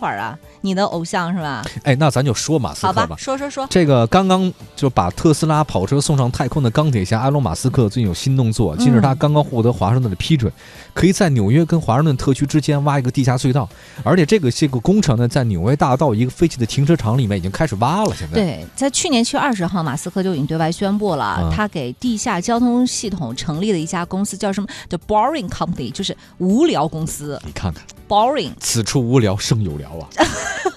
会儿啊，你的偶像是 吧？哎，那咱就说马斯好克吧吧，。说说说，这个刚刚就把特斯拉跑车送上太空的钢铁侠埃隆·马斯克最近有新动作，嗯近日他刚刚获得华盛顿的批准，可以在纽约跟华盛顿特区之间挖一个地下隧道，而且这个这个工程呢，在纽约大道一个废弃的停车场里面已经开始挖了。现在，对，在去年七月二十号，马斯克就已经对外宣布了，啊他给地下交通系统成立了一家公司，叫什么 The Boring Company，就是无聊公司。你看看， Boring 此处无聊胜有 聊啊！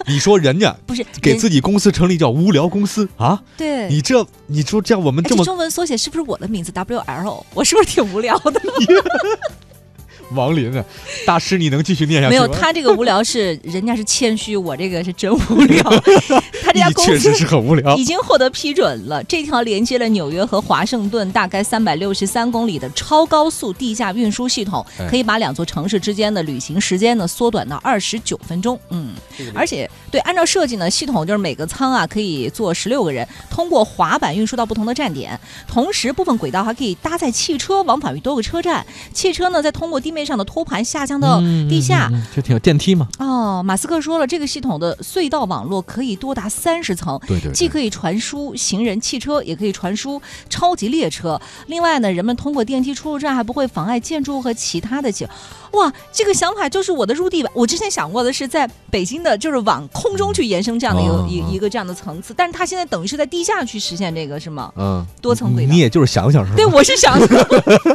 你说人家不是给人自己公司成立叫无聊公司啊，对，你这你说这样我们哎这么中文缩写是不是我的名字 W L？我是不是挺无聊的？王林啊，大师你能继续念下去没吗？有，他这个无聊是人家是谦虚，我这个是真无聊。 他这家你公确司实是很无聊已。经获得批准了。这条连接了纽约和华盛顿大概三百六十三公里的超高速地下运输系统哎，可以把两座城市之间的旅行时间呢缩短到二十九分钟。嗯，而且对，按照设计呢，系统就是每个舱啊可以坐十六个人，通过滑板运输到不同的站点。同时，部分轨道还可以搭载汽车往返于多个车站，汽车呢再通过地面上的托盘下降到地下。嗯嗯嗯就挺有电梯嘛。哦，马斯克说了，这个系统的隧道网络可以多达三十层，对对既对可以传输行人、汽车，也可以传输超级列车。另外呢，人们通过电梯出入站还不会妨碍建筑和其他的景。哇，这个想法就是我的入地吧。我之前想过的是在北京的，就是往空中去延伸这样的一个哦一、哦一个这样的层次，但是它现在等于是在地下去实现这个，是吗？嗯，多层轨道你也就是想想是吧？对，我是想，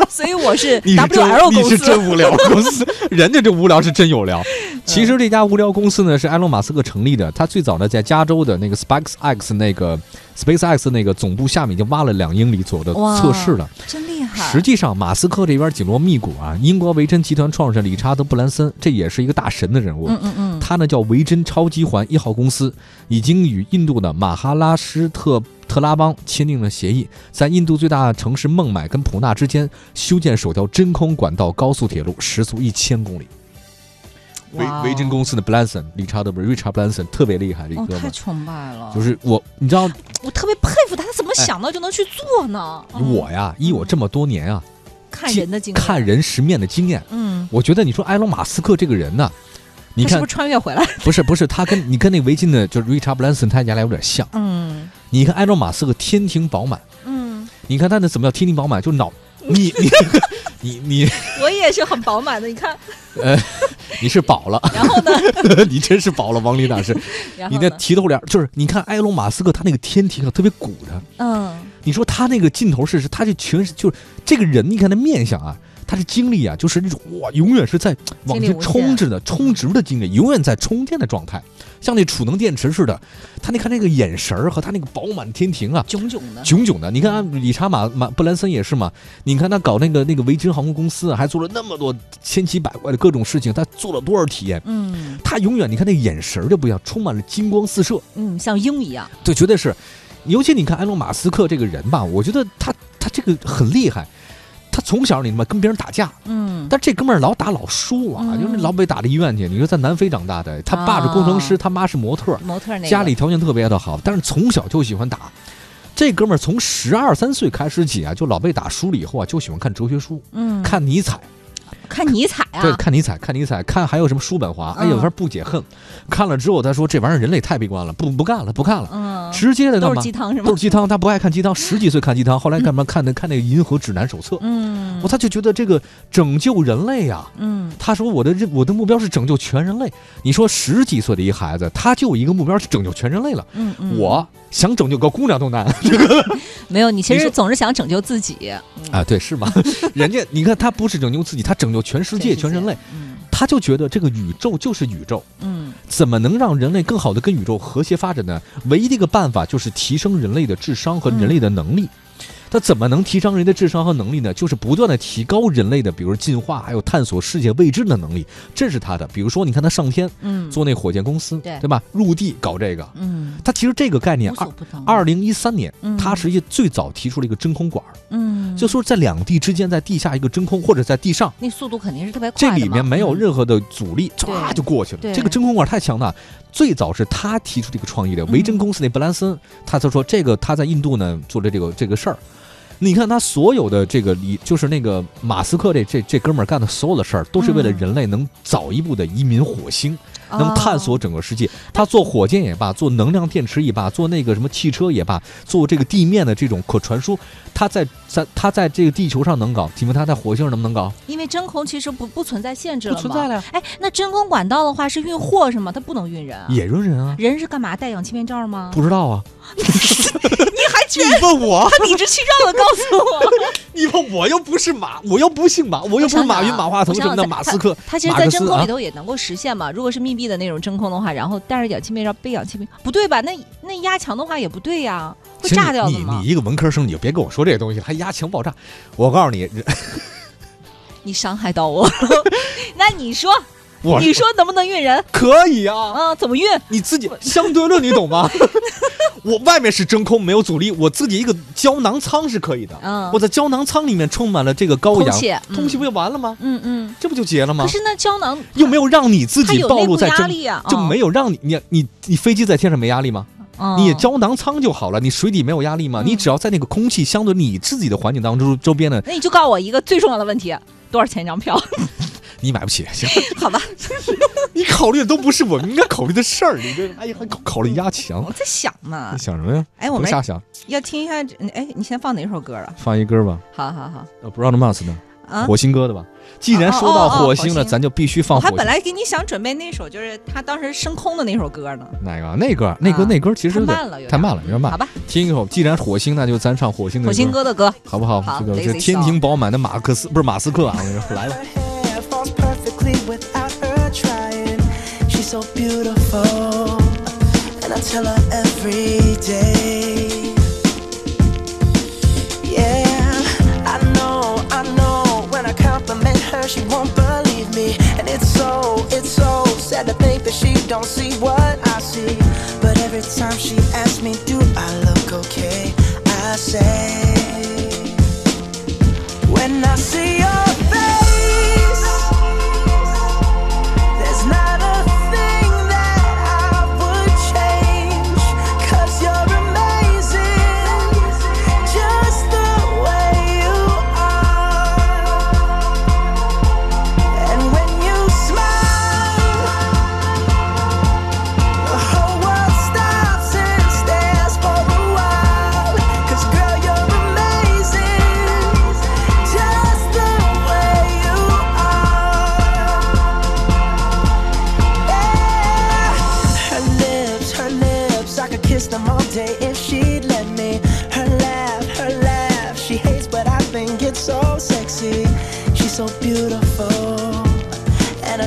所以我是 你是 W 真 L 你公是司。真无聊公司， 人家这无聊是真有聊。嗯 其实这家无聊公司呢是埃隆·马斯克成立的，他最早呢在加州的那个 SpaceX 那个 SpaceX 那个总部下面已经挖了两英里左右的哇测试了。真厉害！实际上，马斯克这边紧锣密鼓啊，英国维珍集团创始人理查德·布兰森，这也是一个大神的人物。嗯嗯嗯，他呢叫维珍超级环一号公司，已经与印度的马哈拉施特特拉邦签订了协议，在印度最大城市孟买跟普纳之间修建首条真空管道高速铁路，时速一千公里。维哇哦维珍公司的 Blanson 理查德不是 Richard Blanson 特别厉害的一哦哥，太们，崇拜了，就是我，你知道我特别佩服他，他怎么想到就能去做呢？嗯我呀，以我这么多年啊看人的经历，看，人识面的经验，嗯，我觉得你说埃隆马斯克这个人呢、你他是看不是穿越回来？ 不是不是他跟你跟那维珍的就是 Richard Blanson 他原来有点像，嗯你看埃隆马斯克天庭饱满。嗯，你看他那怎么叫天庭饱满，就脑你 你你你我也是很饱满的，你看。你是饱了， 然后呢？你真是饱了，王林大师，然你后那呢？提头帘儿就是你看埃隆马斯克他那个天庭啊，特别鼓的，嗯，你说他那个劲头是是，他就全是就是这个人，你看他面相啊。他的精力啊，就是那种哇，永远是在往精力前无限充着的、充值的精力，永远在充电的状态，像那储能电池似的。他那看那个眼神儿和他那个饱满天庭啊，炯炯的。炯炯的。你看啊理查马马布兰森也是嘛，你看他搞那个那个维珍航空公司啊，还做了那么多千奇百怪的各种事情，他做了多少体验？嗯他永远你看那眼神儿就不一样，充满了金光四射，嗯，像鹰一样。对，绝对是。尤其你看埃隆马斯克这个人吧，我觉得他他这个很厉害。他从小你他妈跟别人打架，嗯，但这哥们儿老打老输啊，嗯就是老被打到医院去。你说在南非长大的，他爸是工程师，他妈是模特儿，模特那个嗯家里条件特别的好，但是从小就喜欢打。这哥们儿从十二三岁开始起啊，就老被打输了以后啊，就喜欢看哲学书，嗯，看尼采，看尼采啊对，，看尼采，看尼采，看还有什么叔本华，哎嗯呀，有点不解恨。看了之后，他说这玩意儿人类太悲观了，不不干了，不干了，嗯，直接的都干是嘛鸡？汤是吗都？是鸡汤，他不爱看鸡汤，十几岁看鸡汤，后来 干嘛看的看那个《银河指南手册》，嗯我他就觉得这个拯救人类呀、嗯，他说我的任我的目标是拯救全人类。你说十几岁的一孩子，他就有一个目标是拯救全人类了。嗯嗯，我想拯救个姑娘都难没有你，其你实说总是想拯救自己，啊，对，是吗？人家你看，他不是拯救自己，他拯救全世界、全人类，。嗯他就觉得这个宇宙就是宇宙，嗯怎么能让人类更好的跟宇宙和谐发展呢？唯一的一个办法就是提升人类的智商和人类的能嗯力。他怎么能提升人的智商和能力呢？就是不断的提高人类的，比如进化，还有探索世界未知的能力，这是他的。比如说，你看他上天嗯，做那火箭公司，对对吧？入地搞这个，嗯他其实这个概念无二所不能。二零一三年嗯，他实际最早提出了一个真空管儿。嗯，就说在两地之间，在地下一个真空，或者在地上，那速度肯定是特别快这的嘛，里面没有嗯任何的阻力，唰对就过去了对。这个真空管太强大，最早是他提出这个创意的，维珍公司那嗯布兰森，他就说这个他在印度呢做了这个这个事儿。你看他所有的这个理，就是那个马斯克这这这哥们儿干的所有的事儿，都是为了嗯人类能早一步的移民火星，那么探索整个世界。它做火箭也罢，做能量电池也罢，做那个什么汽车也罢，做这个地面的这种可传输，它在在它在这个地球上能搞，请问它在火星上能不能搞？因为真空其实不不存在限制不了嘛。存在了呀，哎，那真空管道的话是运货是吗？它不能运人啊。也扔人啊？人是干嘛？戴氧气面罩吗？不知道 啊，还你全问我，他理直气壮的告诉 我，你问我又不是马，我又不姓马，我又不是马啊云、马化腾什么的，马斯克。他其实，马在克真思空里啊头也能够实现嘛。如果是密闭的那种真空的话，然后戴着氧气面罩背氧气面，不对吧？那那压强的话也不对呀、 会行炸掉你的你吗你？一个文科生，你就别跟我说这些东西了，还压强爆炸。我告诉你，人你伤害到我 了，那你说，我你说能不能运人可以啊，啊？怎么运？你自己相对论，你 懂吗？我外面是真空，没有阻力，我自己一个胶囊舱是可以的。嗯我，在胶囊舱里面充满了这个高空氧，气，通气嗯不就完了吗？嗯嗯。这不就结了吗可？是那胶囊又没有让你自它己有暴内露部在压真，力啊，就没有让你你你你飞机在天上没压力吗？嗯你胶囊舱就好了，你水底没有压力嘛，嗯你只要在那个空气相对你自己的环境当中，周边的那你就告诉我一个最重要的问题，多少钱一张 票？你买不起， 行，好吧，你考虑的都不是我们应该考虑的事儿，你这哎呀还考考虑压强，我在想呢你。想什么呀？嗯哎，我不们瞎想，要听一下这，哎，你先放哪首歌啊？放一歌吧，好好好呃，Brown Mars 的啊！火星歌的吧。既然说到哦哦哦火星火了，星咱就必须放我火还星本。来给你想准备那首，就是他当时升空的那首歌呢，哪个啊？那歌，那歌，啊那歌其实太有点慢了，有点太慢了，有点慢好。吧，听一口，既然火星，那就咱上火星的火星，哥的歌，好不好好？这个 Lazy 这天庭饱满的马克思不是马斯克啊，我跟你说来吧。 Her hair falls perfectly without her trying. She's so beautiful, and I tell her every day. Yeah, I know, I know. When I compliment her, she won't believe me, and it's so, it's so sad to think that she don't see what I see. But every time she asks me, do I look okay? I say. When I see your face, there's not a thing that I would change. you you're amazing, just the way you are. And when you smile, the whole world stops and stares for a while. 'Cause girl, you're amazing, just the way you are. Her lips, her lips, I could kiss them all day if she'd let me. Her laugh, her laugh, she hates, but I think it's so sexy. She's so beautiful, and I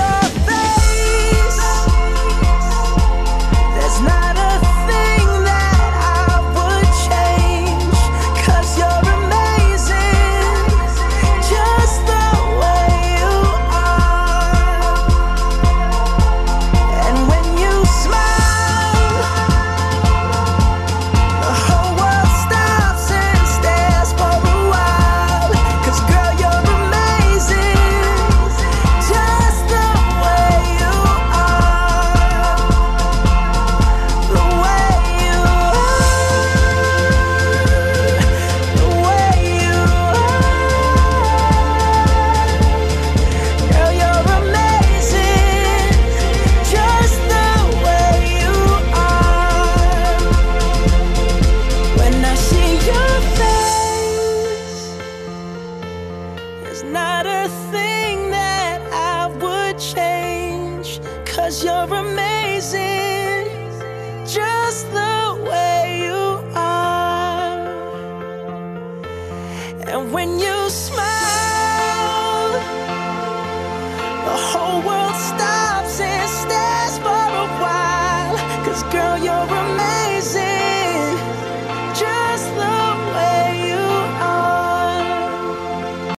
your face, there's not a thing that I would change. 'Cause you're amazing just the way you are. And when you smile, the whole world stops and stares for a while. 'Cause girl, you're amazing, just the way you are, the way you are, the way you are. Girl, you're amazing, just the way you are. When I see your face, there's not a thing that I would change. Cause you're amazing, just the way you are. And when you smile, the whole world stops and stares for a while. Cause girl, you're